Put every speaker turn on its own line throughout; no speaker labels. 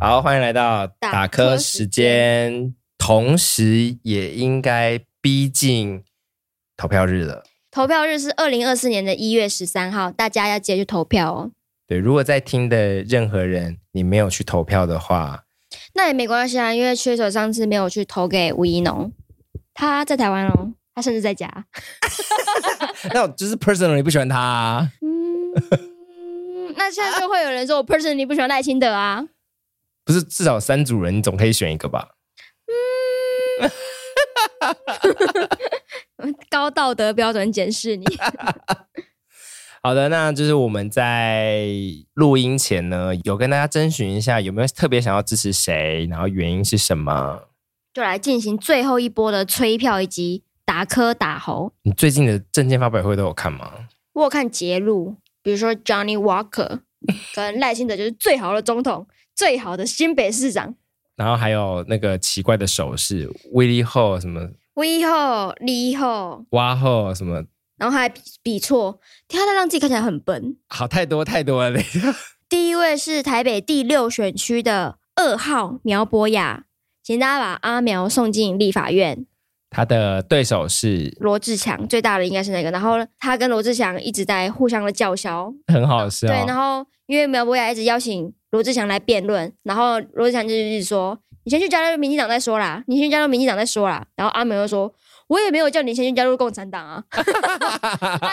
好，欢迎来到
打
打科
瞌
时
时
间，同时也应该逼近投票日了。
投票日是二零二四年的一月十三号，大家要记得去投票哦。
对，如果在听的任何人你没有去投票的话，
那也没关系啊，因为缺手上次没有去投给吴一农，他在台湾哦，他甚至在家。
那我就是 personally 不喜欢他、啊。
嗯， 那现在就会有人说我 personally 不喜欢赖清德啊。
不是，至少三组人，你总可以选一个吧？
高道德标准检视你。
好的，那就是我们在录音前呢，有跟大家征询一下有没有特别想要支持谁，然后原因是什么？
就来进行最后一波的催票以及打科打猴。
你最近的证件发表会都有看吗？
我有看节录，比如说 Johnny Walker 跟赖清德就是最好的总统，最好的新北市长。
然后还有那个奇怪的手势，威力后什么
威后、利后，
蛙后什么，
然后还比比错，天啊他让自己看起来很笨。
好太多太多了。
第一位是台北第六选区的二号苗博雅，请大家把阿苗送进立法院。
他的对手是
罗志强最大的应该是那个，然后他跟罗志强一直在互相的叫嚣，
很好哦笑，
对，然后因为苗博雅一直邀请罗志祥来辩论，然后罗志祥就一直说：“你先去加入民进党再说啦，你先去加入民进党再说啦。”然后阿美又说：“我也没有叫你先去加入共产党啊。” 哎呦，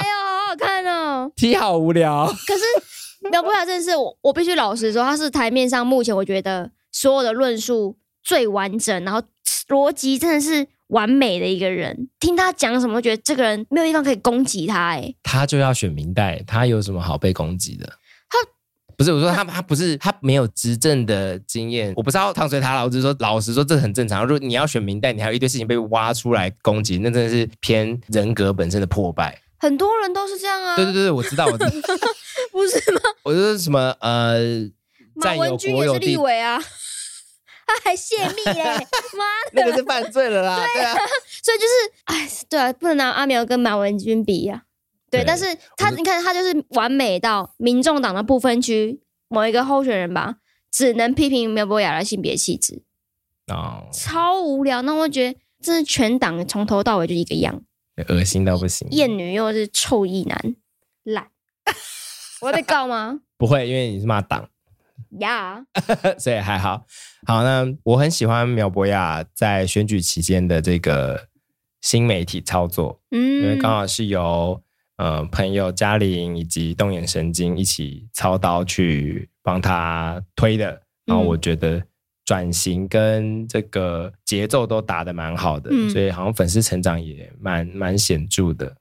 好好看哦！
踢好无聊。
可是苗博雅真的是我，我必须老实说，他是台面上目前我觉得所有的论述最完整，然后逻辑真的是完美的一个人。听他讲什么，都觉得这个人没有地方可以攻击他、哎，
他就要选明代，他有什么好被攻击的？他
他
不是我说他他不是他没有执政的经验，我不是要搪塞他啦，我只是说老实说这很正常。如果你要选明代，你还有一堆事情被挖出来攻击，那真的是偏人格本身的破败。
很多人都是这样啊，
对对对，我知道，我知 道，
不是吗？
我就是什么呃，
马
占有
文君
国
也
有
是立
地，
委啊，他还泄密 嘞，妈
那
的！
个是犯罪了 啦，对啊。
所以就是，哎，对啊，不能拿阿苗跟马文君比呀、啊。对，
对
但是他，
我是
你看他就是完美到民众党的部分区某一个候选人吧，只能批评苗博雅的性别气质，
哦，
超无聊。那我觉得，真是全党从头到尾就一个样，
恶心到不行。
厌女又是臭意男， 懒。我会被告吗？
不会，因为你是骂党。
呀、
所以还好。好，那我很喜欢苗博雅在选举期间的这个新媒体操作，因为
嗯，
刚好是由呃朋友嘉玲以及动眼神经一起操刀去帮他推的，然后
嗯
我觉得。转型跟这个节奏都打得蛮好的，
嗯
所以好像粉丝成长也蛮蛮显著的。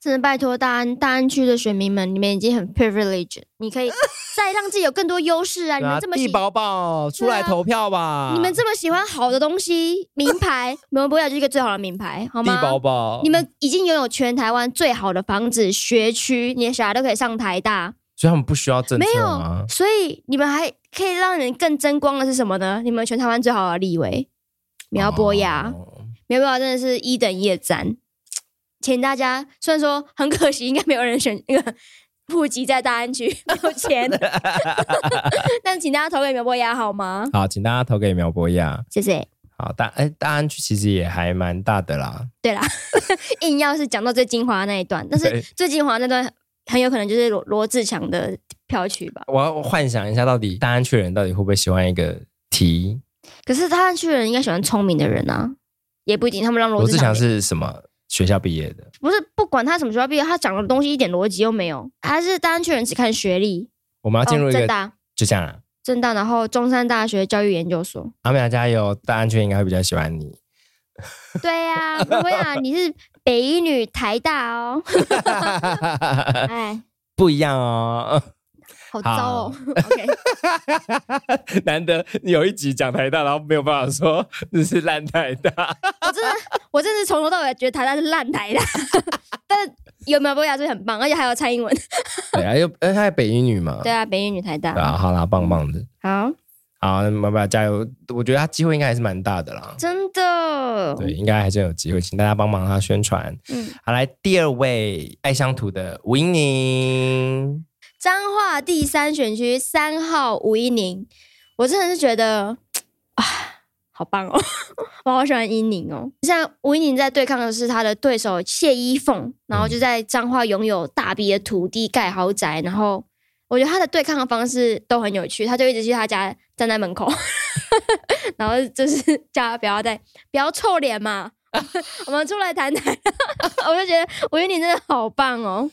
真的拜托大安大安区的选民们，你们已经很 privileged，你可以再让自己有更多优势啊！你们这么喜
地，宝宝出
对啊
来投票吧！
你们这么喜欢好的东西，名牌， 你们不要就是一个最好的名牌，好
地宝
吗？
宝，
你们已经拥有全台湾最好的房子、学区，你的小孩都可以上台大，
所以他们不需要政
没
策吗
有？，所以你们还可以让人更争光的是什么呢？你们全台湾最好的立委苗博雅，
哦
苗博雅真的是一等一的赞，请大家虽然说很可惜，应该没有人选那个户籍在大安区， 没 有钱，但请大家投给苗博雅好吗？
好，请大家投给苗博雅。
谢谢。
好，大哎、大安区其实也还蛮大的啦。
对啦， 硬要是讲到最精华的那一段，但
对
是最精华的那段很有可能就是罗罗志强的票区吧。
我要幻想一下，到底大安区的人到底会不会喜欢一个题？
可是大安区的人应该喜欢聪明的人啊，也不一定。他们让罗
罗
志
志祥
强
是什么学校毕业的？
不是不管他什么学校毕业，他讲的东西一点逻辑都没有，还是大安区人只看学历。
我们要啊进入一
哦、
个、
正大，
就这样啦。
正大，然后中山大学教育研究所。
阿美雅加油！大安区应该会比较喜欢你。
对呀、啊，薇娅，你是北一女台大哦。 哎，
不一样哦，
好糟哦。OK，
难得有一集讲台大，然后没有办法说这是烂台大。
我真的，我真的是从头到尾觉得台大是烂台大， 但是有苗博雅真的很棒，而且还有蔡英文。
对啊，又 哎，她还北英女嘛。
对啊，北一女台
对
大。
啊，好啦，棒棒的。
好，
好，那苗博雅加油！我觉得她机会应该还是蛮大的啦。
真的。
对，应该还是有机会，请大家帮忙他宣传。
嗯，
好，来第二位爱乡土的吴英宁，
彰化第三选区三号吴一宁，我真的是觉得啊，好棒哦！ 我好喜欢伊宁哦。像吴伊宁在对抗的是他的对手谢依凤，然后就在彰化拥有大笔的土地盖豪宅，然后我觉得他的对抗的方式都很有趣，他就一直去他家站在门口， 然后就是叫他不要再不要臭脸嘛， 我们出来谈谈。 我就觉得吴伊宁真的好棒哦。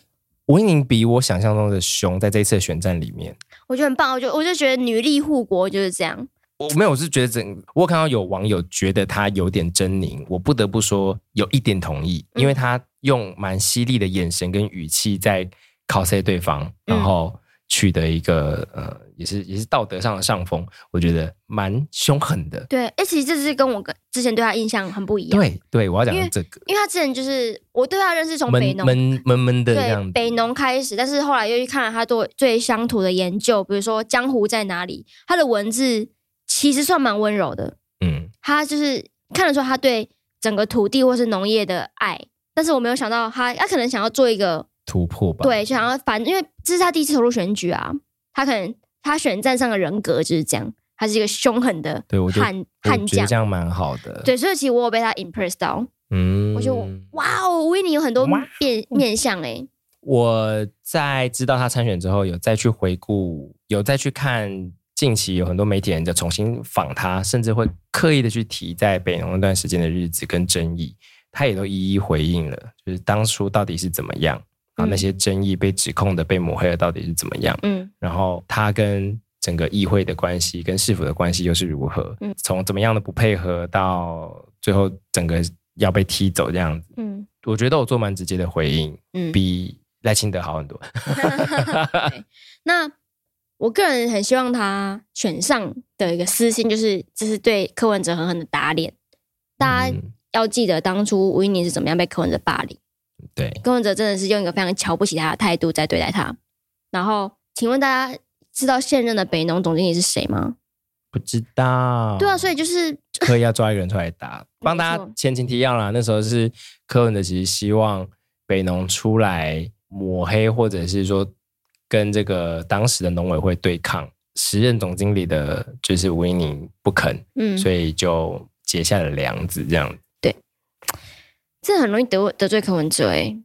吴英宁比我想象中的凶，在这一次的选战里面，
我觉得很棒，我就我就觉得女力护国就是这样，
我没有，我是觉得整，我有看到有网友觉得他有点狰狞，我不得不说有一点同意，
嗯
因为他用蛮犀利的眼神跟语气在 cos 对方，
嗯
然后取得一个呃，也是也是道德上的上风，我觉得蛮凶狠的。
对，哎、其实这是跟我跟之前对他印象很不一样，
对对，我要讲的这个
因为他之前就是我对他认识从北
闷
农
闷闷闷的这样
对
子，
北农开始，但是后来又去看了他做最乡土的研究，比如说江湖在哪里，他的文字其实算蛮温柔的，
嗯，
他就是看得出他对整个土地或是农业的爱，但是我没有想到他他可能想要做一个
突破吧。
对，想要反，因为这是他第一次投入选举啊，他可能他选战上的人格就是这样，他是一个凶狠的
对我觉得
悍悍
我觉得
将
这，样蛮好的。，
对，所以其实我有被他 impress 到，
嗯，
我觉得我哇哦，维尼有很多
哇
面面相哎、欸，
我在知道他参选之后，有再去回顾，有再去看近期有很多媒体人在重新访他，甚至会刻意的去提在北农那段时间的日子跟争议，他也都一一回应了，就是当初到底是怎么样，然后那些争议被指控的、被抹黑的到底是怎么样，
嗯
然后他跟整个议会的关系跟市府的关系又是如何
嗯，
从怎么样的不配合到最后整个要被踢走这样子，
嗯
我觉得我做蛮直接的回应。
嗯。
比赖清德好很多。
对那我个人很希望他选上的一个私心，就是这是对柯文哲狠狠的打脸。大家
嗯
要记得当初吴一宁是怎么样被柯文哲霸凌，
对，
柯文哲真的是用一个非常瞧不起他的态度在对待他。然后，请问大家知道现任的北农总经理是谁吗？
不知道。
对啊，所以就是
刻意要抓一个人出来打，帮大
没
家
错
前情提要啦。那时候是柯文哲其实希望北农出来抹黑，或者是说跟这个当时的农委会对抗。时任总经理的就是吴依宁不肯，
嗯，
所以就结下了梁子，这样。
这很容易得得罪柯文哲哎、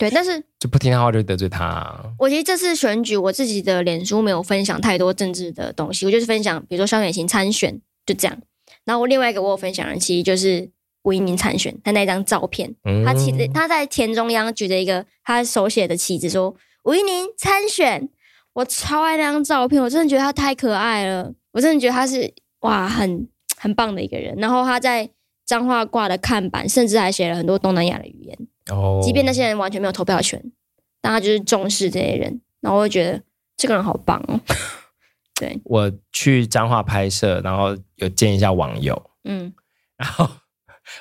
对，但是
就不听他话就得罪他啊、
我其实这次选举，我自己的脸书没有分享太多政治的东西，我就是分享，比如说萧远行参选，就这样。然后我另外一个我有分享的，其实就是吴一宁参选，他那张照片，
嗯，
他旗子他在田中央举着一个他手写的旗子说，吴一宁参选。我超爱那张照片，我真的觉得他太可爱了，我真的觉得他是哇，很很棒的一个人。然后他在彰化挂的看板，甚至还写了很多东南亚的语言。
哦，
即便那些人完全没有投票权，但他就是重视这些人，然后我就觉得这个人好棒哦。对，
我去彰化拍摄，然后有见一下网友，
嗯
然后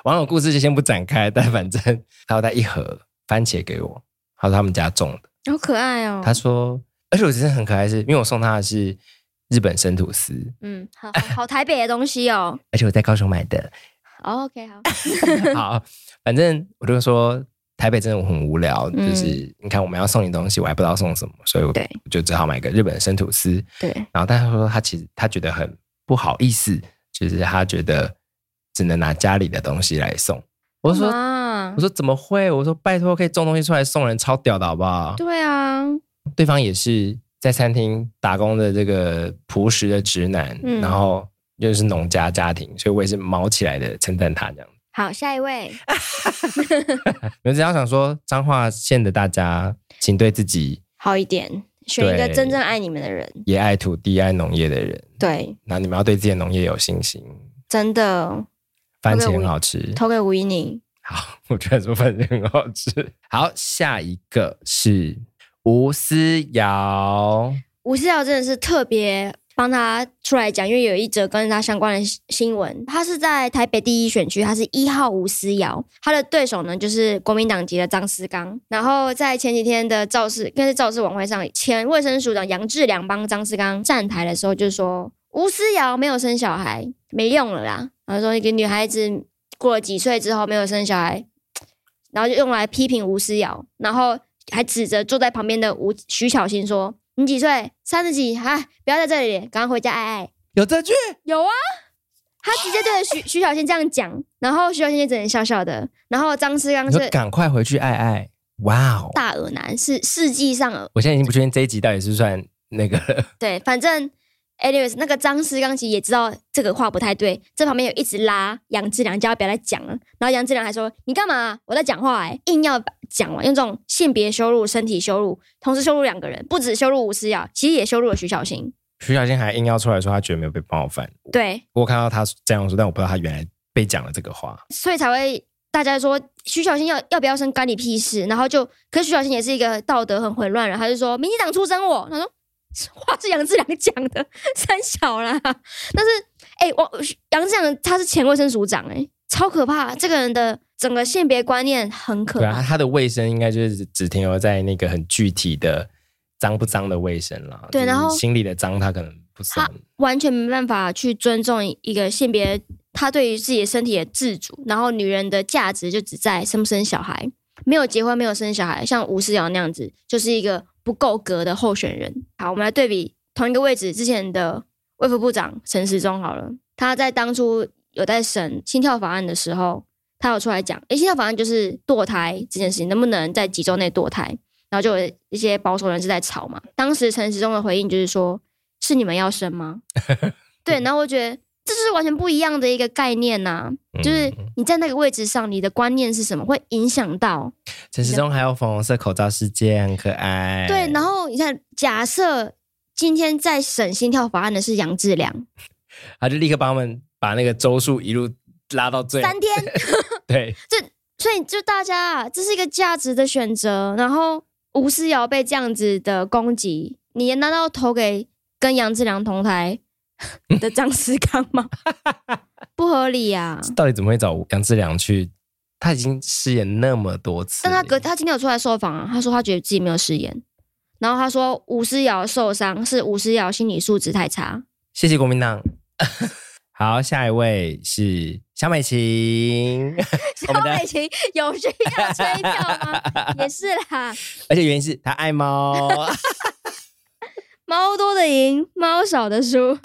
网友故事就先不展开，但反正他有带一盒番茄给我，他说他们家种的。
好可爱哦。
他说，而且我真的很可爱是，因为我送他的是日本生吐司，
嗯，好好好台北的东西哦。
而且我在高雄买 的。
哦 OK，好，
好，反正我就说台北真的很无聊，
嗯
就是你看我们要送你东西，我还不知道送什么，所以我
对
就只好买个日本生吐司。
对，
然后但他说他其实他觉得很不好意思，就是他觉得只能拿家里的东西来送。我就说
哇
我，说怎么会？我说拜托，可以种东西出来送人，超屌的好不好？
对啊，
对方也是在餐厅打工的这个朴实的直男，
嗯
然后又是农家家庭，所以我也是毛起来的称赞他这样。
好，下一位，
我只要想说，彰化县的大家，请对自己
好一点，选一个
对
真正爱你们的人。
也爱土地、爱农业的人，
对，
然后你们要对自己的农业有信心。
真的
番茄很好吃，
投给吴一宁。
好，我觉得说番茄很好吃。好，下一个是吴思瑶，
吴思瑶真的是特别帮他出来讲，因为有一则跟他相关的新闻，他是在台北第一选区，他是一号吴思瑶，他的对手呢就是国民党籍的张思刚，然后在前几天的造势，应该是造势晚会上，前卫生署长杨志良帮张思刚站台的时候，就说吴思瑶没有生小孩，没用了啦，然后说一个女孩子过了几岁之后没有生小孩，然后就用来批评吴思瑶，然后还指着坐在旁边的吴徐巧芯说：“你几岁？三十几？哎，不要在这里，赶快回家爱爱。
有这句？
有啊，他直接对着徐徐小仙这样讲，然后徐小仙就只能笑笑的。然后张思刚
你说
是
赶快回去爱爱。哇哦！
大耳男，是世纪上耳。
我现在已经不确定这一集到底是不是算那个 了。
对，反正 anyways，那个张思刚其实也知道这个话不太对，这旁边有一直拉杨志良，叫他不要再讲了。然后杨志良还说：“你干嘛、我在讲话、欸，硬要讲完，用这种性别羞辱、身体羞辱，同时羞辱两个人，不止羞辱吴思瑶，其实也羞辱了徐小新。
徐小新还硬要出来说，他觉得没有被冒犯。
对，
我看到他这样说，但我不知道他原来被讲了这个话。
所以才会大家说徐小新要要不要生干你屁事，然后就，可是徐小新也是一个道德很混乱的人，他就说民进党出生我，他说话是杨志良讲的，三小啦，但是哎、欸我杨志良他是前卫生署长、欸，哎，超可怕，这个人的整个性别观念很可
对啊，
怕，
他的卫生应该就是只停留在那个很具体的脏不脏的卫生啦。就
对
是
然后
心里的脏他可能不算。
完全没办法去尊重一个性别，他对于自己的身体的自主，然后女人的价值就只在生不生小孩，没有结婚没有生小孩，像吴思瑶那样子，就是一个不够格的候选人。好，我们来对比同一个位置之前的卫副部长陈时中好了，他在当初有在审心跳法案的时候，他有出来讲，诶，心跳法案就是堕胎这件事情能不能在几周内堕胎，然后就有一些保守人士在吵嘛。当时陈时中的回应就是说，是你们要生吗？对，然后我觉得这就是完全不一样的一个概念呐、就是
嗯
你在那个位置上，你的观念是什么，会影响到
陈时中还有粉红色口罩事件，很可爱。
对。然后你看，假设今天在审心跳法案的是杨志良，
他就立刻帮他们把那个周数一路拉到最
三天，
对，
所以就大家啊，这是一个价值的选择。然后吴思瑶被这样子的攻击，你难道投给跟杨志良同台的张思康吗？不合理呀、啊！
到底怎么会找杨志良去？他已经饰演那么多次
但
了，
他隔他今天有出来受访啊，他说他觉得自己没有失言，然后他说吴思瑶受伤是吴思瑶心理素质太 差。
谢谢国民党。好，下一位是小美琴， 我
小
们的
美琴有需要吹掉吗？ 也是啦，
而且原因是她爱猫。
猫多的赢，猫少 的输，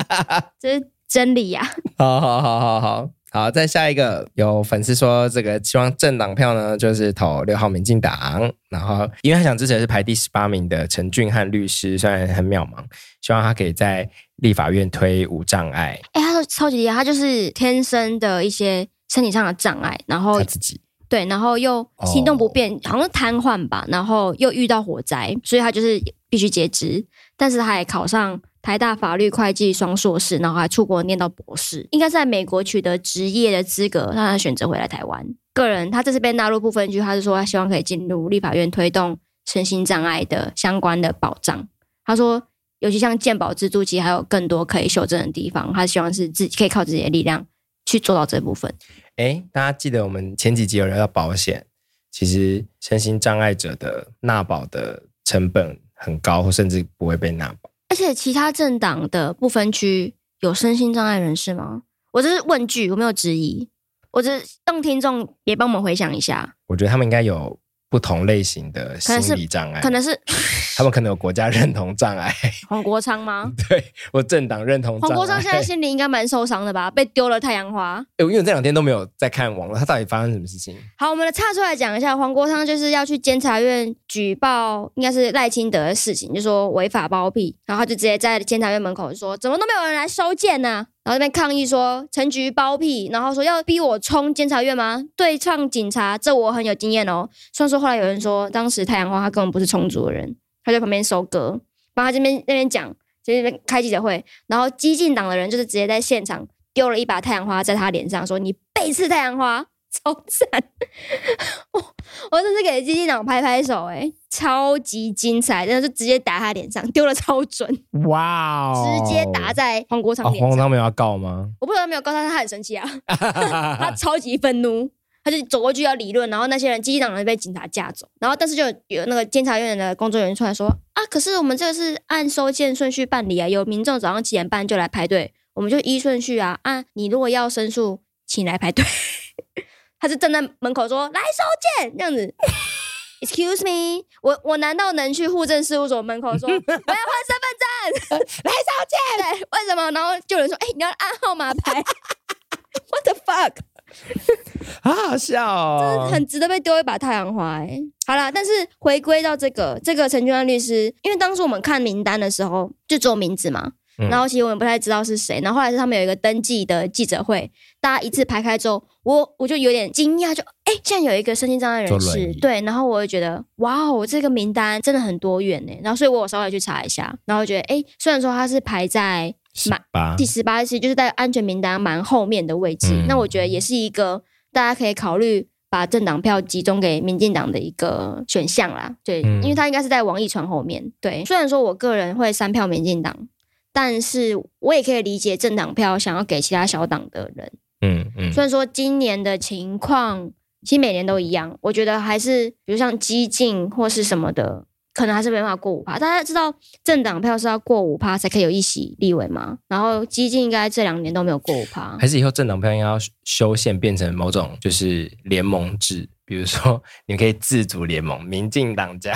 这是真理啊呀、
好好好好好好，再下一个，有粉丝说这个希望政党票呢，就是投六号民进党，然后因为他想支持的是排第十八名的陈俊翰律师，虽然很渺茫，希望他可以在立法院推无障碍，
哎、他说超级厉害，他就是天生的一些身体上的障碍，然后
他自己
对，然后又行动不便，好像瘫痪吧，然后又遇到火灾，所以他就是必须截肢。但是他还考上台大法律会计双硕士，然后还出国念到博士，应该是在美国取得职业的资格，让他选择回来台湾。个人他这次被纳入不分区，他是说他希望可以进入立法院推动身心障碍的相关的保障。他说，尤其像健保制度，其实还有更多可以修正的地方，他希望是自己可以靠自己的力量去做到这部分。
哎，大家记得我们前几集有聊到保险，其实身心障碍者的纳保的成本很高，或甚至不会被纳保。
而且其他政党的不分区有身心障碍人士吗？我这是问句，我没有质疑，我只是让听众也帮我们回想一下，
我觉得他们应该有不同类型的
可能是
心理障碍
可，能是
他们可能有国家认同障碍
黄国昌吗？
或政党认同
黄
障
国昌
碍。
现在心里应该蛮受伤的吧？被丢了太阳花。
诶因为我这两天都没有在看网络，他到底发生什么事情？
好，我们来岔出来讲一下，黄国昌就是要去监察院举报，应该是赖清德的事情，就说违法包庇，然后他就直接在监察院门口就说，怎么都没有人来收件呢、然后那边抗议说陈局包庇，然后说要逼我冲监察院吗？对抗警察，这我很有经验哦。虽然说后来有人说，当时太阳花他根本不是冲足的人，他在旁边收割，帮他这边那边讲，就是那边开记者会，然后激进党的人就是直接在现场丢了一把太阳花在他脸上，说你背刺太阳花，超赞！我这是给基进党拍拍手、欸，超级精彩，真的是直接打他脸上，丢了超准，
哇
直接打在黄国
哦，
昌
黄
脸
国
上。
昌没有要告 吗？
我不知道他没有告诉他，他很生气啊，他超级愤怒，他就走过去要理论，然后那些人基进党人被警察架走，然后但是就有那个监察院的工作人员出来说啊，可是我们这个是按收件顺序办理啊，有民众早上七点半就来排队，我们就依顺序啊，啊，你如果要申诉， 请来排队。他就站在门口说来收件这样子， Excuse me，我我难道能去户政事务所门口说我要换身份证？来少见，对，为什么？然后就有人说，哎、你要按号码牌 ，What the fuck？
好好笑哦，
很值得被丢一把太阳花、欸。好啦，但是回归到这个这个陈俊安律师，因为当时我们看名单的时候就只有名字嘛，
嗯
然后其实我们不太知道是谁。然后后来是他们有一个登记的记者会，大家一字排开之后，我我就有点惊讶，就哎、诶现在有一个身心障碍人
坐轮
士，
椅
对，然后我就觉得哇哦，这个名单真的很多元呢、然后所以我有稍微去查一下，然后觉得哎、诶虽然说他是排在蛮
吧
第？十八期就是在安全名单蛮后面的位置，
啊嗯
那我觉得也是一个大家可以考虑把政党票集中给民进党的一个选项啦。对，
嗯
因为他应该是在王义川后面。对，虽然说我个人会三票民进党，但是我也可以理解政党票想要给其他小党的人。
嗯嗯
虽然说今年的情况其实每年都一样，我觉得还是比如像激进或是什么的，可能还是没办法过五趴。大家知道政党票是要过五趴才可以有一席立委嘛，然后激进应该这两年都没有过五趴。
还是以后政党票应该要修宪，变成某种就是联盟制，比如说你们可以自主联盟，民进党加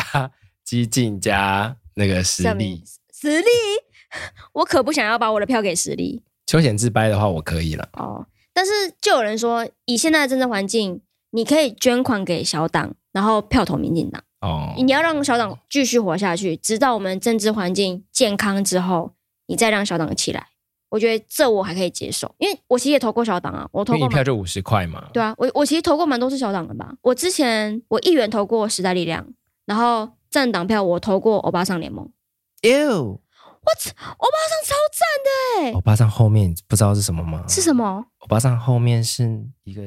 激进加那个实
证明
力。
实力，我可不想要把我的票给实力
秋显自掰的话，我可以了。
哦。但是就有人说，以现在的政治环境，你可以捐款给小党，然后票投民进党。
哦，
你要让小党继续活下去，直到我们政治环境健康之后，你再让小党起来。我觉得这我还可以接受，因为我其实也投过小党啊，我投
因为
过
一票
蛮
就五十块嘛。
对啊，我我其实投过蛮多次小党的吧。我之前我议员投过时代力量，然后政党票我投过欧巴桑联盟，
，ew，
欧巴桑超赞对
欧巴桑后面不知道是什么吗？
哎是什么？
欧巴桑后面是一个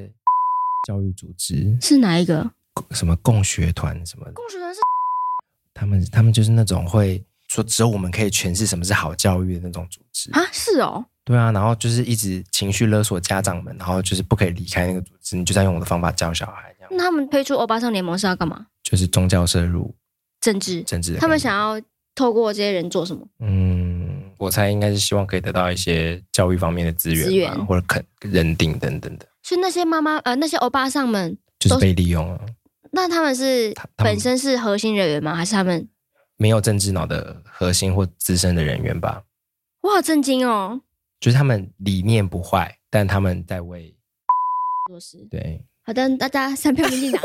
教育组织，
是哪一个？
什么共学团什么的，
共学团是
他们他们就是那种会说只有我们可以诠释什么是好教育的那种组织。
啊，是哦，
对啊，然后就是一直情绪勒索家长们，然后就是不可以离开那个组织，你就在用我的方法教小孩，这样
那他们推出欧巴桑联盟是要干嘛？
就是宗教摄入
政治？
政治的概念。
他们想要透过这些人做什么？
嗯，我猜应该是希望可以得到一些教育方面的资源吧，
资源
或者肯认定等等的，
所以那些妈妈呃，那些欧巴桑们
就是被利用啊。
那他们是
他他们
本身是核心人员吗？还是他们？
没有政治脑的核心或资深的人员吧，
我好震惊哦！
就是他们理念不坏，但他们在为
做事
对
好的，大家三票民进党。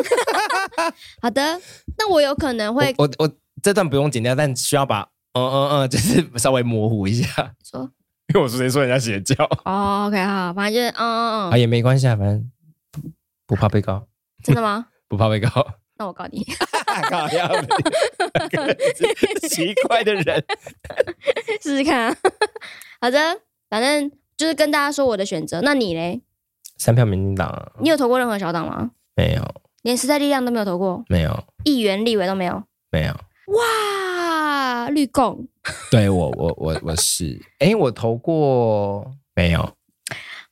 好的，那我有可能会
我我我这段不用剪掉，但需要把嗯嗯嗯，就是稍微模糊一下，
说
因为我直接说人家邪教。
哦，OK，好，反正就是嗯嗯
啊，
嗯，
也没关系啊，反正不不怕被告，
真的吗？
不怕被告。
那我告你，
靠呀，奇怪的人。
试试看、啊。好的，反正就是跟大家说我的选择。那你嘞？
三票民进党啊
你有投过任何小党吗？
没有，
连时代力量都没有投过，
没有，
议员、立委都没有。
没有。
哇，绿共
对我，我我我是，哎，我投过没有？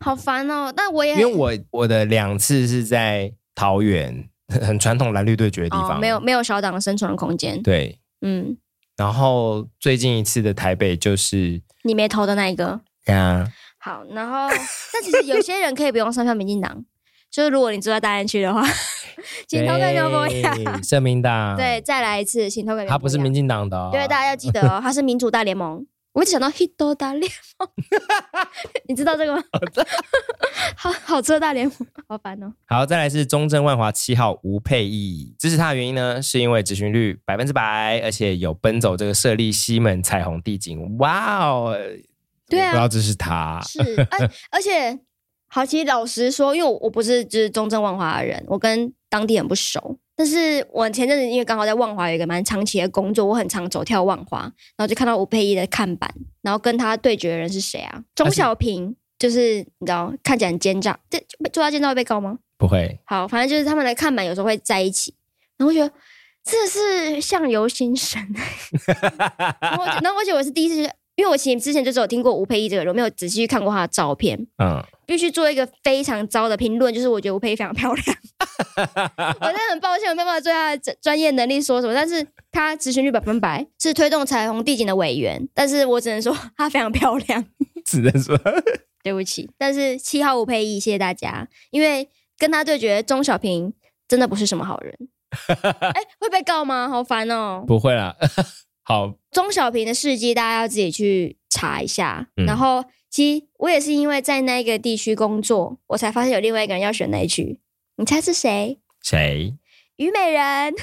好烦哦。那我也
因为我我的两次是在桃园，很很传统蓝绿对决的地
哦
方，
没有没有小党生存的空间。
对。
嗯，
然后最近一次的台北就是
你没投的那一个。
呀，
好，然后但其实有些人可以不用三票民进党，就是如果你住在大安区的话， 请投给刘博雅。
对社民党，
对，，再来一次，请投给刘
他不是
伯牙
民，进党的哦，
对，大家要记得哦，他是民主大联盟。我一直想到 Hit 大联盟， 你知道这 个吗？好好吃的大联盟，好烦哦。
好，再来是中正万华七号吴佩义，支持他的原因呢，是因为执行率百分之百，而且有奔走这个设立西门彩虹地景，哇哦！
对啊
我不知道支持他，
是，而而且，好，其实老实说，因为我我不是就是中正万华的人，我跟当地很不熟。但是我前阵子因为刚好在万华有一个蛮长期的工作，我很常走跳万华，然后就看到吴佩仪的看板，然后跟他对决的人是谁啊？钟
他是
小平，就是你知道看起来很奸诈，这做他奸诈会被告吗？
不会，
好，反正就是他们的看板有时候会在一起，然后我觉得这是相由心生。 然后我就，然后而且我是第一次就是，因为我其实之前就只有听过吴佩仪这个人，我没有仔细去看过她的照片。
嗯，
必须做一个非常糟的评论，就是我觉得吴佩仪非常漂亮。 我真的很抱歉，我没有办法对她的专专业能力说什么，但是她执行率百分百，是推动彩虹地景的委员，但是我只能说她非常漂亮。
只能说
对不起，但是七号吴佩仪，谢谢大家，因为跟他对决，钟小平真的不是什么好人。 哎、会被告吗？好烦哦、
不会啦， 好，
钟小平的事迹，大家要自己去查一下。
嗯
然后，其实我也是因为在那个地区工作，我才发现有另外一个人要选那一区。你猜是谁？
谁？
虞美人。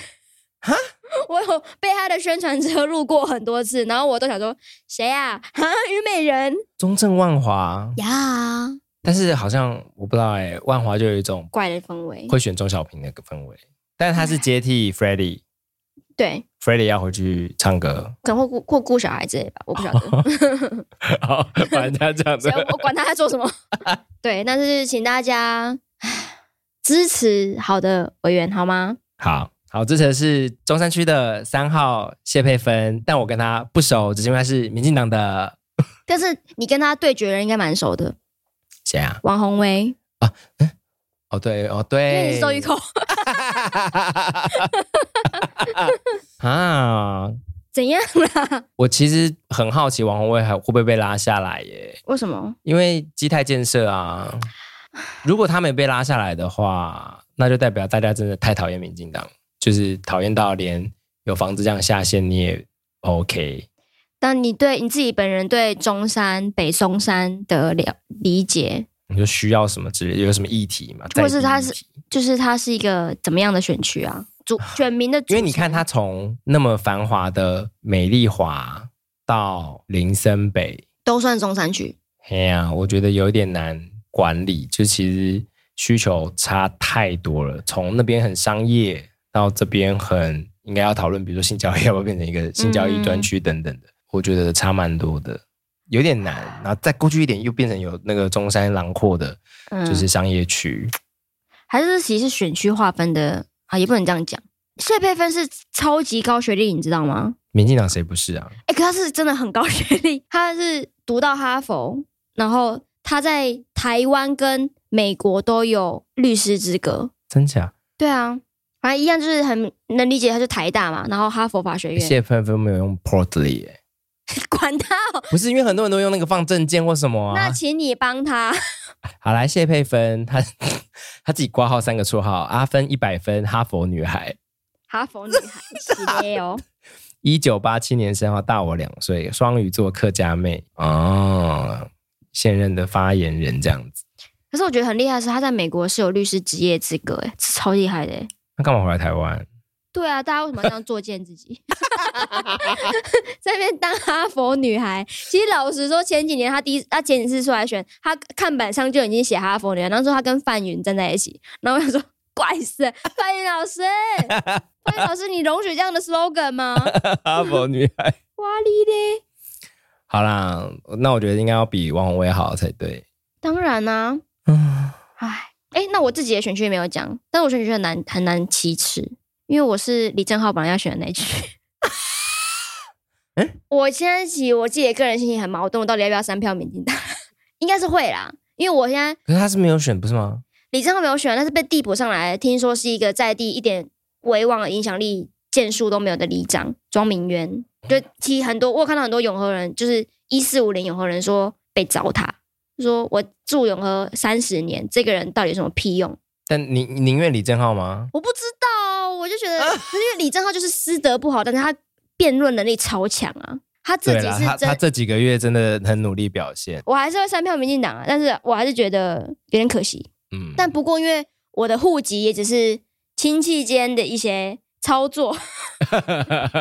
我有被他的宣传车路过很多次，然后我都想说谁啊？啊，虞美人
中正万华，
呀，
但是好像我不知道哎、万华就有一种
怪的氛围。
会选钟小平的氛围，但是他是接替 f r e d d y
对，
f r e d d y 要回去唱歌，
可能会顾或顾小孩之类吧，我不晓
哦
得。
好，反正他这样
只
子
要，我管他在 做什么。对，但是请大家唉支持好的委员好吗？
好。好，这才是中山区的三号谢佩芬，但我跟他不熟，只是因为他是民进党的
但是你跟他对决的人应该蛮熟的，
谁啊？
王宏威，
哦，对，哦，
因为你
对，
是周玉蔻，
啊，
怎样 啦？
我其实很好奇王宏威还会不会被拉下来耶？
为什么？
因为基泰建设啊，如果他没被拉下来的话，那就代表大家真的太讨厌民进党，就是讨厌到连有房子这样下线你也 OK。
但你对你自己本人对中山、北松山的了理解，
你就需要什么之类，有什么议题嘛？
或
在
是
地
他
议
是
题
就是它是一个怎么样的选区啊？主选民的组成，
因为你看他从那么繁华的美丽华到林森北，
都算中山区，
哎呀、我觉得有一点难管理，就其实需求差太多了。从那边很商业到这边很应该要讨论，比如说性交易要不要变成一
嗯
个性交易专区等等的，我觉得差蛮多的，有点难。然后再过去一点，又变成有那个中山囊括的，
嗯，
就是商业区。
还是其实是选区划分的啊，也不能这样讲。谢佩芬是超级高学历，你知道吗？
民进党谁不是啊？
哎、可他是真的很高学历，他是读到哈佛，然后他在台湾跟美国都有律师资格。
真假？
对啊，反正一样就是很能理解，他是台大嘛，然后哈佛法学院，
谢芬芬没有用 Portly，、欸、
管他哦、
不是因为很多人都用那个放证件或什么啊
那。请你帮他，
好来，谢佩芬，她她自己挂号三个绰号：阿芬一百分，哈佛女孩。
哈佛女 孩系列哦，
一九八七年生，大我两岁，双鱼座客家妹哦，现任的发言人这样子。
可是我觉得很厉害的是，他在美国是有律师职业资格，哎，是超厉害的哎。
那干嘛回来台湾？
对啊，大家为什么要这样作践自己？ 在那边当哈佛女孩，其实老实说，前几年她第一，她前几次出来选，她看板上就已经写哈佛女孩，然后说她跟范云站在一起，然后我想说，怪事，范云老师，范云老师，你容许这样的 slogan 吗？
哈佛女孩。
哇哩嘞！
好啦，那我觉得应该要比王宏威好才对。
当然啊啦、
嗯，
唉，哎、那我自己的选区没有讲，但我选区很难很难启齿，因为我是李正浩本来要选的那一区。
诶
我现在起我自己的个人心情很矛盾，我到底要不要三票民进党？ 应该是会啦，因为我现在
可是他是没有选，不是吗？
李正浩没有选，但是被递补上来，听说是一个在地一点威望、影响力、建树都没有的里长庄明渊。就其实很多，我有看到很多永和人，就是一四五零永和人说被糟蹋，说我住永和三十年，这个人到底有什么屁用？
但你你宁愿李正浩吗？
我不知道，我就觉得，
啊
可是因为李正浩就是师德不好，但是他辩论能力超强啊，他自
对
己
啦，
是
他他
真。
这几个月真的很努力表现。
我还是会三票民进党啊，但是我还是觉得有点可惜。
嗯，
但不过因为我的户籍也只是亲戚间的一些操 作，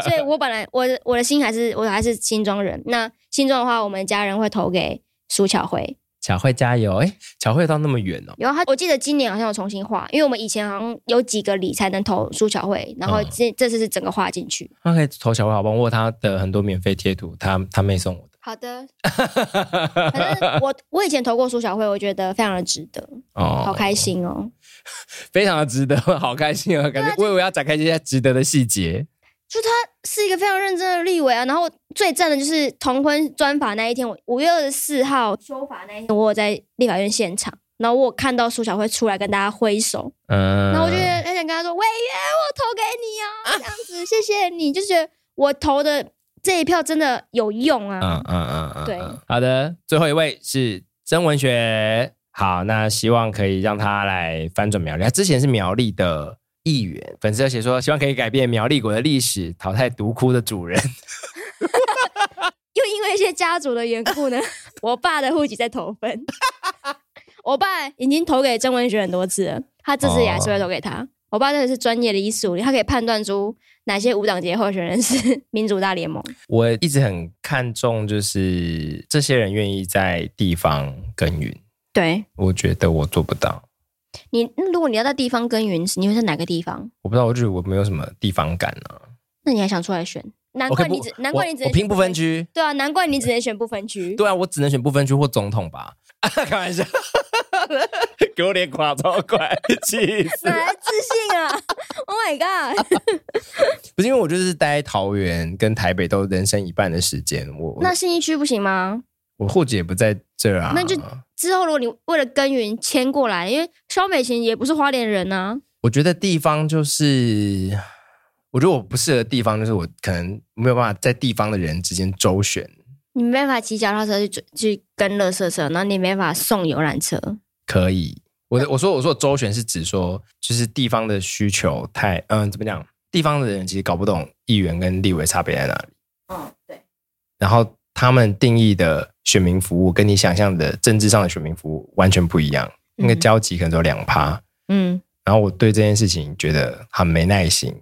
所以我本来我的我的心还是我还是新庄人。那新庄的话，我们家人会投给苏巧慧。
巧慧加油！哎、巧慧到那么远哦。
然后他，我记得今年好像有重新划，因为我们以前好像有几个里才能投苏巧慧，然后
嗯
这、这次是整个划进去。
他可以投小慧好棒，我有他的很多免费贴图，他他妹送我的。
好的，反正我我以前投过苏小慧，我觉得非常的值得，
哦
好开，心哦。
非常的值得， 好开心啊！感觉我以为要展开这些值得的细节。
是一个非常认真的立委啊，然后最赞的就是同婚专法那一天，我五月二十四号修法那一天，我有在立法院现场，然后我有看到苏小慧出来跟大家挥手，
嗯，
然后我就很想跟她说：“委员，我投给你哦，这样子，谢谢你。”就觉得我投的这一票真的有用
嗯
啊。
嗯嗯嗯，
对
嗯好的，最后一位是曾文学。好，那希望可以让他来翻转苗栗。他之前是苗栗的议员，粉丝有写说希望可以改变苗栗国的历史，淘汰独窟的主人。
又因为一些家族的缘故 呢，我爸的户籍在投分。 我爸已经投给郑文学很多次了，他这次也还是会投给
哦
他。我爸真的是专业的医师武力，他可以判断出哪些无党籍候选人是民主大联盟。
我一直很看重，就是这些人愿意在地方耕耘，
对
我觉得我做不到。
你，如果你要在地方耕耘，你会在哪个地方？
我不知道，我觉得我没有什么地方感啊。
那你还想出来选？难
我可
怪
以不
你只，难怪你
我
只能
我拼
选
不分。区，
对啊，难怪你只能选不分区。
对啊，我只能选不分区或总统吧。 开玩笑，给我脸垮超快，气死！
哪来自信啊 ？Oh my
啊
god！
不是因为我就是待在桃园跟台北都人生一半的时间，我
那信义区不行吗？
我户籍也不在这啊。
那就之后如果你为了耕耘迁过来，因为肖美琴也不是花莲人啊，
我觉得地方就是，我觉得我不适合的地方就是我可能没有办法在地方的人之间周旋。
你没办法骑脚踏车去追去跟垃圾车，然后你没办法送游览车。
可以，我的我说我说的周旋是指说，就是地方的需求太，嗯、怎么讲？地方的人其实搞不懂议员跟立委差别在哪里，
嗯，对，
然后他们定义的选民服务跟你想象的政治上的选民服务完全不一样，那个交集可能只有两趴。
嗯，
然后我对这件事情觉得很没耐心，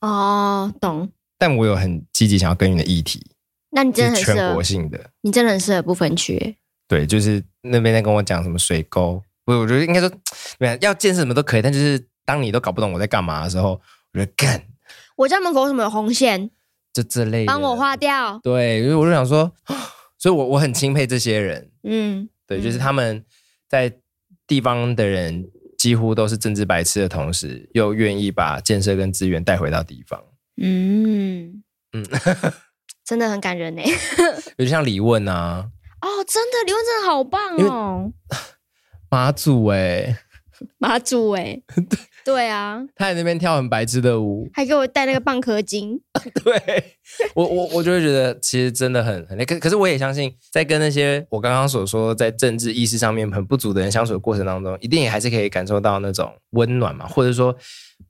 哦，懂。
但我有很积极想要耕耘的议题，
那你真
是
的很哦适
全
合
国，性的。
你真的很适合不分区。
对，就是那边在跟我讲什么水沟，不是，我觉得应该说，没有要建设什么都可以，但就是当你都搞不懂我在干嘛的时候，我就干
我家门口为什么有红线？
就这类的。
帮我画掉。
对，因为我就想说，所以我我很钦佩这些人，
嗯，
对，
嗯
就是他们在地方的人几乎都是政治白痴的同时，又愿意把建设跟资源带回到地方，
嗯
嗯
真的很感人呢。欸
有点像李问啊，
哦，真的，李文真的好棒
因为
哦，
马祖哎、
马祖哎， 对啊，
他在那边跳很白痴的舞，
还给我带那个蚌壳精。
对 我我我就会觉得其实真的很很累，可可是我也相信，在跟那些我刚刚所说在政治意识上面很不足的人相处的过程当中，一定也还是可以感受到那种温暖嘛，或者说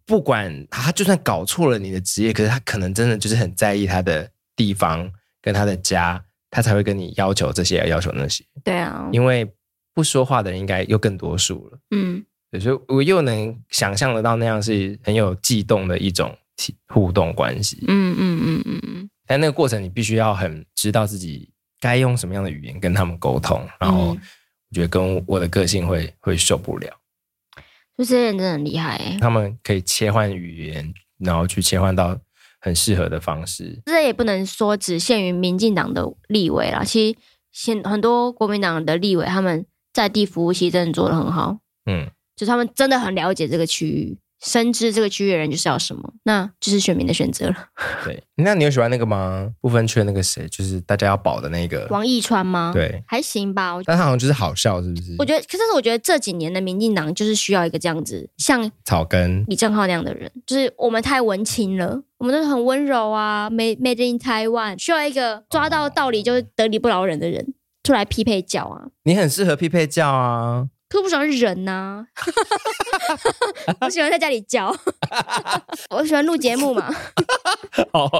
不管他就算搞错了你的职业，可是他可能真的就是很在意他的地方跟他的家，他才会跟你要求这些要求那些，
对啊，
因为不说话的人应该又更多数了。
嗯，
对，所以我又能想象得到那样是很有悸动的一种体互动关系。
嗯嗯嗯嗯嗯，
但那个过程，你必须要很知道自己该用什么样的语言跟他们沟通，然后
嗯
我觉得跟我的个性会会受不了。
就这些人真的很厉害欸，
他们可以切换语言，然后去切换到很适合的方式。
这也不能说只限于民进党的立委啦，其实现很多国民党的立委他们在地服务其实真的做的很好，
嗯，
就是他们真的很了解这个区域，深知这个区域的人就是要什么，那就是选民的选择了。
对。那你有喜欢那个吗？不分区的那个谁，就是大家要保的那个。
王义川吗？，
对，
还行吧，我
但他好像就是好笑，是不是？
我觉得，可是我觉得这几年的民进党就是需要一个这样子，像
草根
李正浩那样的人，就是我们太文青了，我们都是很温柔啊，made made in Taiwan，需要一个抓到道理就是得理不饶人的人出来匹配教啊。
你很适合匹配教啊。
可是我不喜欢人呐、我喜欢在家里教， 我喜欢录节目嘛。
哦，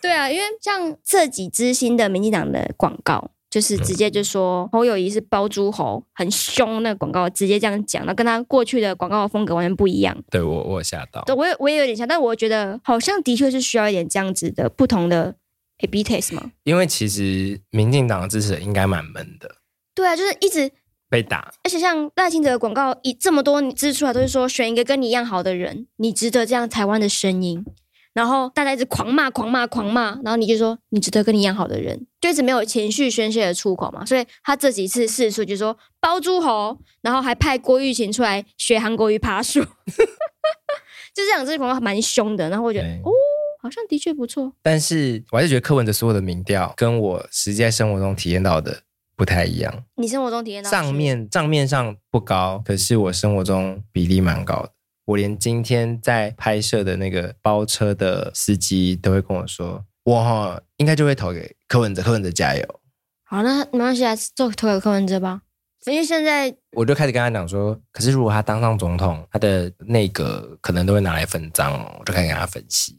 对啊，因为像这几支新的民进党的广告，就是直接就说侯友谊是包租侯，很凶，那个广告直接这样讲，那跟他过去的广告风格完全不一样。
对我我有吓到。
对，我也我也有点像，但我觉得好像的确是需要一点这样子的不同的 A B test 嘛。
因为其实民进党的支持者应该蛮闷的，
对啊，就是一直，
被打。
而且像赖清德的广告一这么多支出来，都是说选一个跟你一样好的人，你值得这样台湾的声音。然后大家一直狂骂、狂骂、狂骂，然后你就说你值得跟你一样好的人，就一直没有情绪宣泄的出口嘛。所以他这几次试出就说包诸侯，然后还派郭玉琴出来学韩国语爬树， 就这两支广告蛮凶的。然后我觉得
对
哦，好像的确不错。
但是我还是觉得柯文哲所有的民调跟我实际在生活中体验到的不太一样。
你生活中体验到的
账
是
面账面上不高，可是我生活中比例蛮高的。我连今天在拍摄的那个包车的司机都会跟我说，我哈应该就会投给柯文哲，柯文哲加油。
好，那没关系啊，做投给柯文哲吧。因为现在
我就开始跟他讲说，可是如果他当上总统，他的内阁可能都会拿来分赃哦。我就开始跟他分析，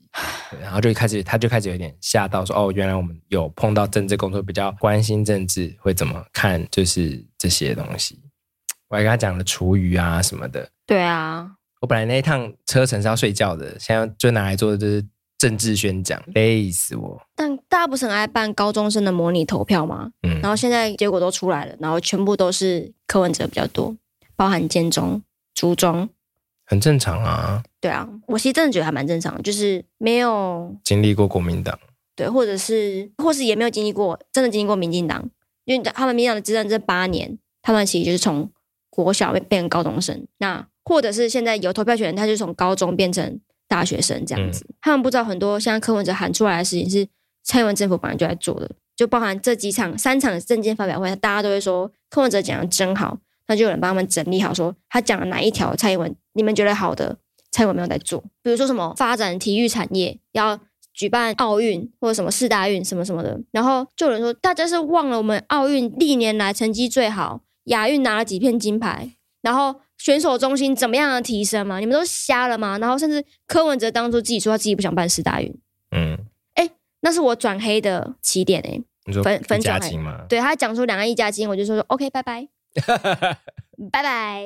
对然后就开始他就开始有点吓到说，哦，原来我们有碰到政治工作比较关心政治，会怎么看就是这些东西。我还跟他讲了厨余啊什么的。
对啊，
我本来那一趟车程是要睡觉的，现在就拿来做就是政治宣讲，累死我。
但大家不是很爱办高中生的模拟投票吗？
嗯
然，后现在结果都出来了，然后全部都是柯文哲比较多，包含建中、竹中。
很正常啊，
对啊，我其实真的觉得还蛮正常的，就是没有
经历过国民党。
对，或者是或是也没有经历过，真的经历过民进党，因为他们民进党的执政这八年，他们其实就是从国小变变成高中生，那或者是现在有投票权的人，他就从高中变成大学生这样子。他们不知道很多现在柯文哲喊出来的事情是蔡英文政府本来就在做的，就包含这几场三场政见发表会，大家都会说柯文哲讲的真好，那就有人帮他们整理好说他讲了哪一条蔡英文你们觉得好的，蔡英文没有在做，比如说什么发展体育产业要。举办奥运或者什么四大运什么什么的，然后就有人说大家是忘了我们奥运历年来成绩最好，亚运拿了几片金牌，然后选手中心怎么样的提升嘛？你们都瞎了吗？然后甚至柯文哲当初自己说他自己不想办四大运，
嗯，
那是我转黑的起点诶、
你说
分分
家
享
庭嘛，
对他讲出两岸一家亲，我就说说 OK，拜拜，拜拜。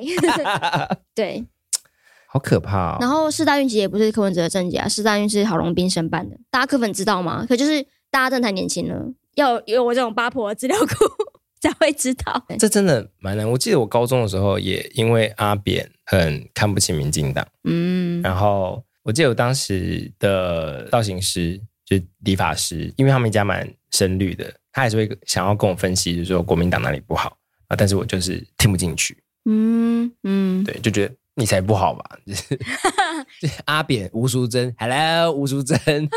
对，
好可怕、哦。
然后四大运其实也不是柯文哲的政绩啊，四大运是郝龙斌申办的，大家柯粉知道吗？可就是大家真的太年轻了，要有有我这种八婆的资料库 才会知道。
这真的蛮难。我记得我高中的时候，也因为阿扁很看不起民进党，
嗯，
然后我记得我当时的造型师就是理发师，因为他们家蛮深绿的，他还是会想要跟我分析，就是说国民党哪里不好啊，但是我就是听不进去，
嗯嗯，
对，就觉得你才不好吧，就是 就是阿扁、吴淑珍，Hello，吴淑珍，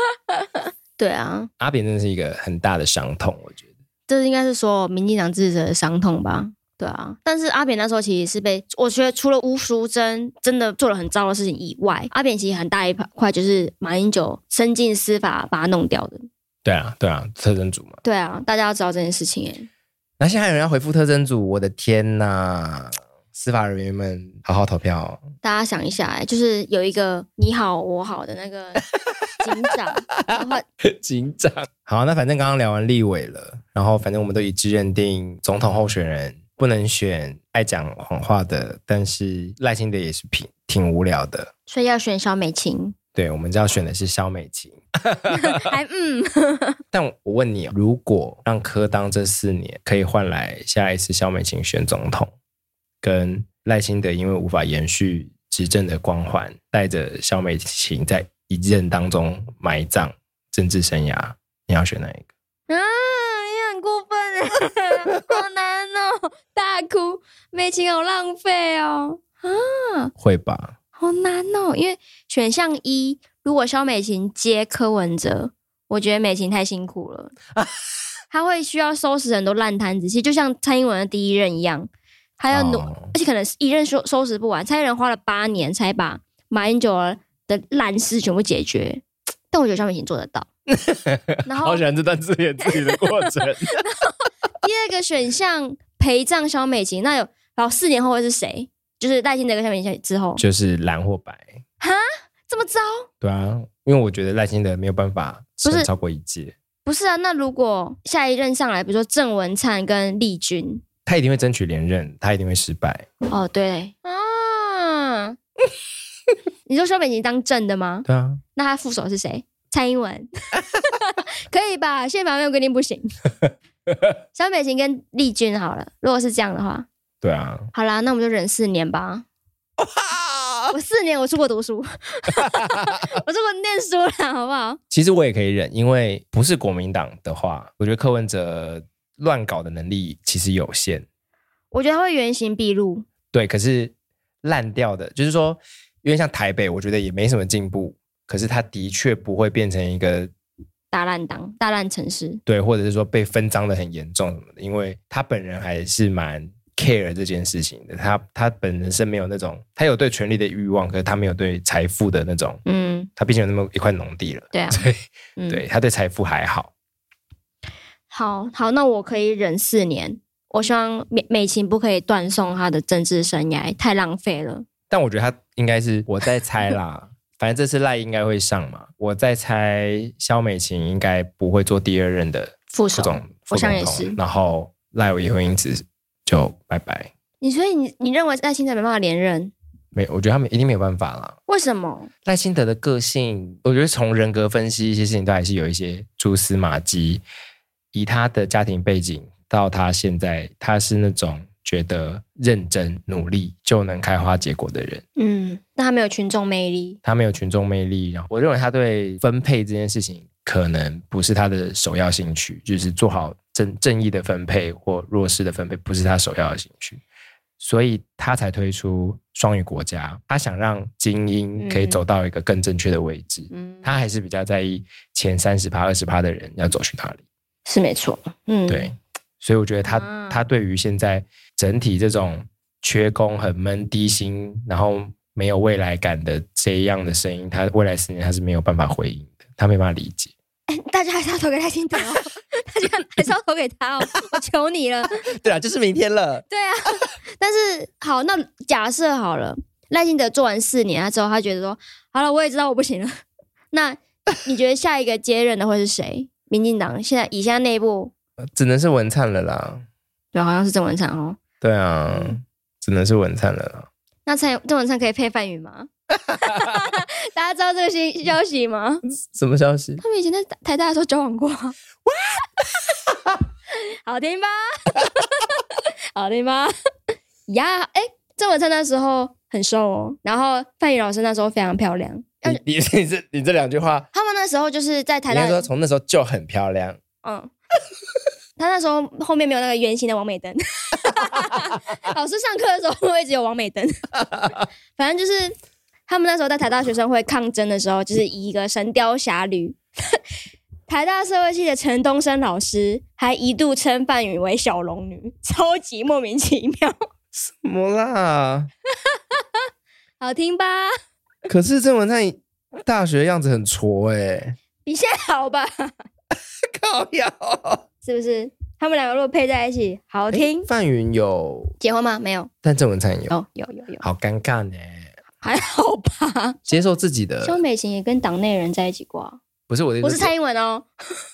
对啊，
阿扁真的是一个很大的伤痛，我觉得。
这应该是所有民进党支持者的伤痛吧？对啊，但是阿扁那时候其实是被，我觉得除了吴淑珍真的做了很糟的事情以外，阿扁其实很大一块就是马英九伸进司法把他弄掉的。
对啊，对啊，特征组嘛。
对啊，大家要知道这件事情哎、
那现在有人要回复特征组，我的天呐！司法人员们，好好投票、哦。
大家想一下、欸，就是有一个你好我好的那个警长，然后
紧张。好，那反正刚刚聊完立委了，然后反正我们都一致认定总统候选人不能选爱讲谎话的，但是赖清德也是挺挺无聊的。
所以要选小美琴，
对，我们就要选的是肖美琴。
还嗯，
但我问你，如果让柯当这四年可以换来下一次肖美琴选总统，跟赖清德因为无法延续执政的光环，带着肖美琴在一任当中埋葬政治生涯，你要选哪一个？
啊，你很过分哎，好难哦，大哭，美琴好浪费哦，
会吧？
好难哦，因为选项一，如果肖美琴接柯文哲，我觉得美琴太辛苦了，她会需要收拾很多烂摊子，其实就像蔡英文的第一任一样，她要努，
哦
而且可能是一任收收拾不完，蔡英文花了八年才把马英九儿的烂事全部解决，但我觉得肖美琴做得到。 然后
好喜欢这段自言自语的过 程。
第二个选项陪葬肖美琴，那有然后四年后会是谁？就是赖清德跟肖美琴之后，
就是蓝或白，
这么糟？
对啊，因为我觉得赖清德没有办法
不是
撑超过一届，
不是啊，那如果下一任上来，比如说郑文灿跟丽君，
他一定会争取连任，他一定会失败。
哦，对啊， 你说肖美琴当正的吗？
对啊，
那他副手是谁？蔡英文， 可以吧？宪法没有规定不行。 肖美琴跟丽君好了，如果是这样的话，
对 啊，
好啦，那我们就忍四年吧。我四年我出国读书， 我出国念书了，好不好？
其实我也可以忍，因为不是国民党的话，我觉得柯文哲乱搞的能力其实有限。
我觉得他会原形毕露，
对，可是烂掉的，就是说，因为像台北，我觉得也没什么进步，可是他的确不会变成一个
大烂党、大烂城市。
对，或者是说被分赃的很严重什么的，因为他本人还是蛮 care 这件事情的。他他本人是没有那种，他有对权力的欲望，可是他没有对财富的那种，
嗯，
他毕竟有那么一块农地了，
对啊，
所以
嗯，
对他对财富还好。
好好，那我可以忍四年，我希望美美琴不可以断送她的政治生涯，太浪费了。
但我觉得他应该是我在猜 啦，反正这次赖应该会上嘛，我在猜肖美琴应该不会做第二任的
副
副
手，
总副
我想
总
也是
统，然后赖也会因此就拜拜。
你所以你你认为赖清德没办法连任？
没，我觉得他们一定没有办法啦。
为什么？
赖清德的个性，我觉得从人格分析一些事情都还是有一些蛛丝马迹。以他的家庭背景到他现在，他是那种觉得认真努力就能开花结果的人。
嗯，那他没有群众魅力。
他没有群众魅力，然后我认为他对分配这件事情可能不是他的首要兴趣，就是做好正正义的分配或弱势的分配不是他首要的兴趣，所以他才推出双语国家，他想让精英可以
嗯
走到一个更正确的位置，
嗯，
他还是比较在意前三十趴、二十趴的人要走去哪里，
是没错。嗯，
对，所以我觉得他、
啊
他对于现在整体这种缺工、很闷、低薪，然后没有未来感的这样的声音，他未来四年他是没有办法回应的，他没办法理解。
大家还是要投给赖清德 哦，大家还是要投给他哦，我求你了。
对啊，就是明天了。
对啊，但是好，那假设好了，赖清德做完四年他之后，他觉得说，好了，我也知道我不行了。 那你觉得下一个接任的会是谁？ 民进党现在以现在内部，
呃只能是文灿了啦。
对，好像是郑文灿哦。
对啊，只能是文灿了啦。
那蔡郑文灿可以配范宇吗？ 大家知道这个新消息吗？
什么消息？
他们以前在台大的时候交往过啊。 好听吧？ 好听吧？呀，哎，郑文灿那时候很瘦哦，然后范宇老师那时候非常漂亮。要
你 你你这你这两句话，
他们那时候就是在台
应
大
该，说从那时候就很漂亮。
嗯， 他那时候后面没有那个圆形的王美灯， 老师上课的时候会只有王美灯， 反正就是他们那时候在台大学生会抗争的时候，就是以一个《神雕侠侣》。台大社会系的陈东升老师还一度称范宇为小龙女，超级莫名其妙，
怎么啦？
好听吧？
可是郑文灿大学样子很挫哎、
比现在好吧？
靠腰。
是不是？他们两个如果配在一起，好听。
范云有，
结婚吗？没有。
但郑文灿有，
哦，有有有，
好尴尬呢。
还好吧？
接受自己的，
肖美琴也跟党内人在一起过、啊，
不是我的意思，
不是蔡英文哦。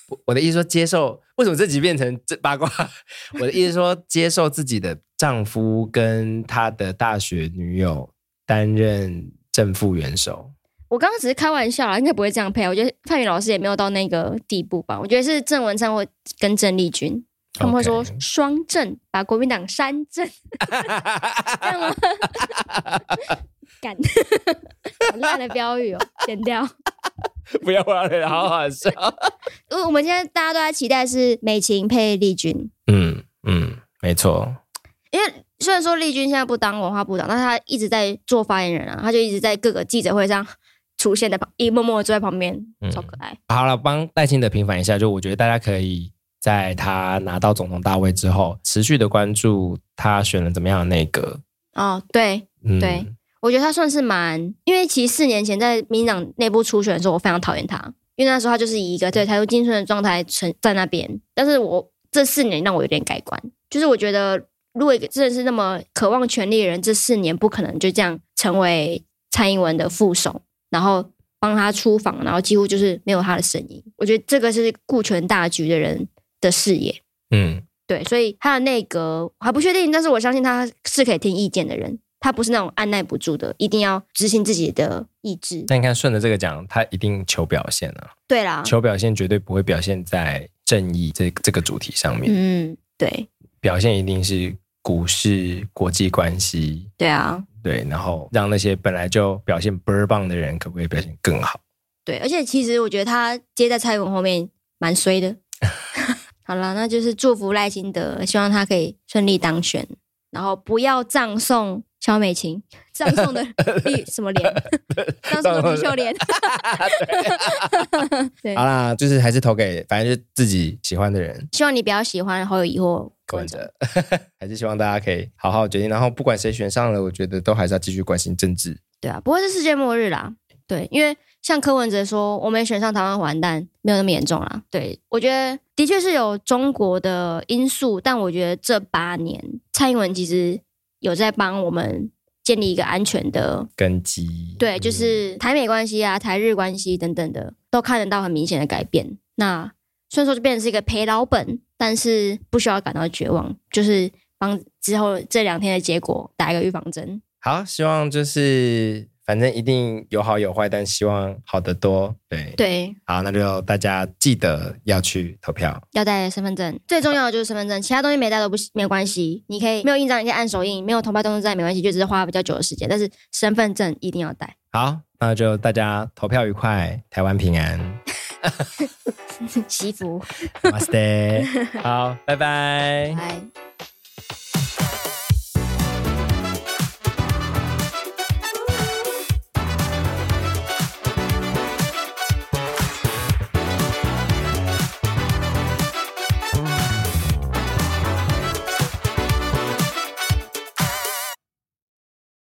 我我的意思说接受，为什么这集变成这八卦？ 我的意思说接受自己的丈夫跟他的大学女友担任正副元 首，
我刚刚只是开玩笑啦，应该不会这样配啊。我觉得范宇老师也没有到那个地步吧。我觉得是郑文灿或跟郑丽君，他们会说
OK
双正，把国民党删正，这样吗？干， 好烂的标语哦， 剪掉。
不要玩了，好好笑。
因呃为我们现在大家都在期待是美琴配丽君，
嗯嗯，没错，
因为虽然说丽君现在不当文化部长，但是她一直在做发言人啊，她就一直在各个记者会上出现在旁，一默默地坐在旁边
嗯，
超可爱。
好了，帮赖清德平反一下，就我觉得大家可以在他拿到总统大位之后，持续的关注他选了怎么样的内阁。
哦，对，
嗯，
对我觉得他算是蛮，因为其实四年前在民进党内部初选的时候，我非常讨厌他，因为那时候他就是以一个对台独精神的状态存在那边。但是我这四年让我有点改观，就是我觉得如果一个真的是那么渴望权力的人，这四年不可能就这样成为蔡英文的副手，然后帮他出访，然后几乎就是没有他的声音。我觉得这个是顾全大局的人的视野。
嗯。
对，所以他的内阁我还不确定，但是我相信他是可以听意见的人，他不是那种按耐不住的，一定要执行自己的意志。
但你看，顺着这个讲，他一定求表现啊，
对啦，
求表现绝对不会表现在正义这这个主题上面，
嗯，对，
表现一定是股市、国际关系，
对啊，
对，然后让那些本来就表现倍儿棒的人，可不可以表现更好？
对，而且其实我觉得他接在蔡英文后面蛮衰的。 好了，那就是祝福赖清德，希望他可以顺利当选，然后不要葬送肖美琴，葬 送的绿什么莲，葬送的绿秀莲。 对
好，啦，就是还是投给，反正就自己喜欢的人。
希望你不要喜欢侯友谊或
柯
柯
文
文哲。
哲， 还是希望大家可以好好决定。然后不管谁选上了，我觉得都还是要继续关心政治。
对啊，不过是世界末日啦。对，因为像柯文哲说，我们选上台湾完蛋，没有那么严重啦。对我觉得的确是有中国的因素，但我觉得这八年蔡英文其实有在帮我们建立一个安全的，
根基。嗯
对，就是台美关系啊、台日关系等等的，都看得到很明显的改变。那虽然说就变成是一个赔老本，但是不需要感到绝望，就是帮之后这两天的结果打一个预防针。
好，希望就是反正一定有好有坏，但希望好的多。对，
对，
好，那就大家记得要去投票。
要带身份证，最重要的就是身份证，其他东西没带都不没有关系。你可以没有印章，你可以按手印；没有同拍动作在没关系，就只是花比较久的时间。但是身份证一定要带。
好，那就大家投票愉快，台湾平安
祈福，
，Namaste。好，拜拜。
拜。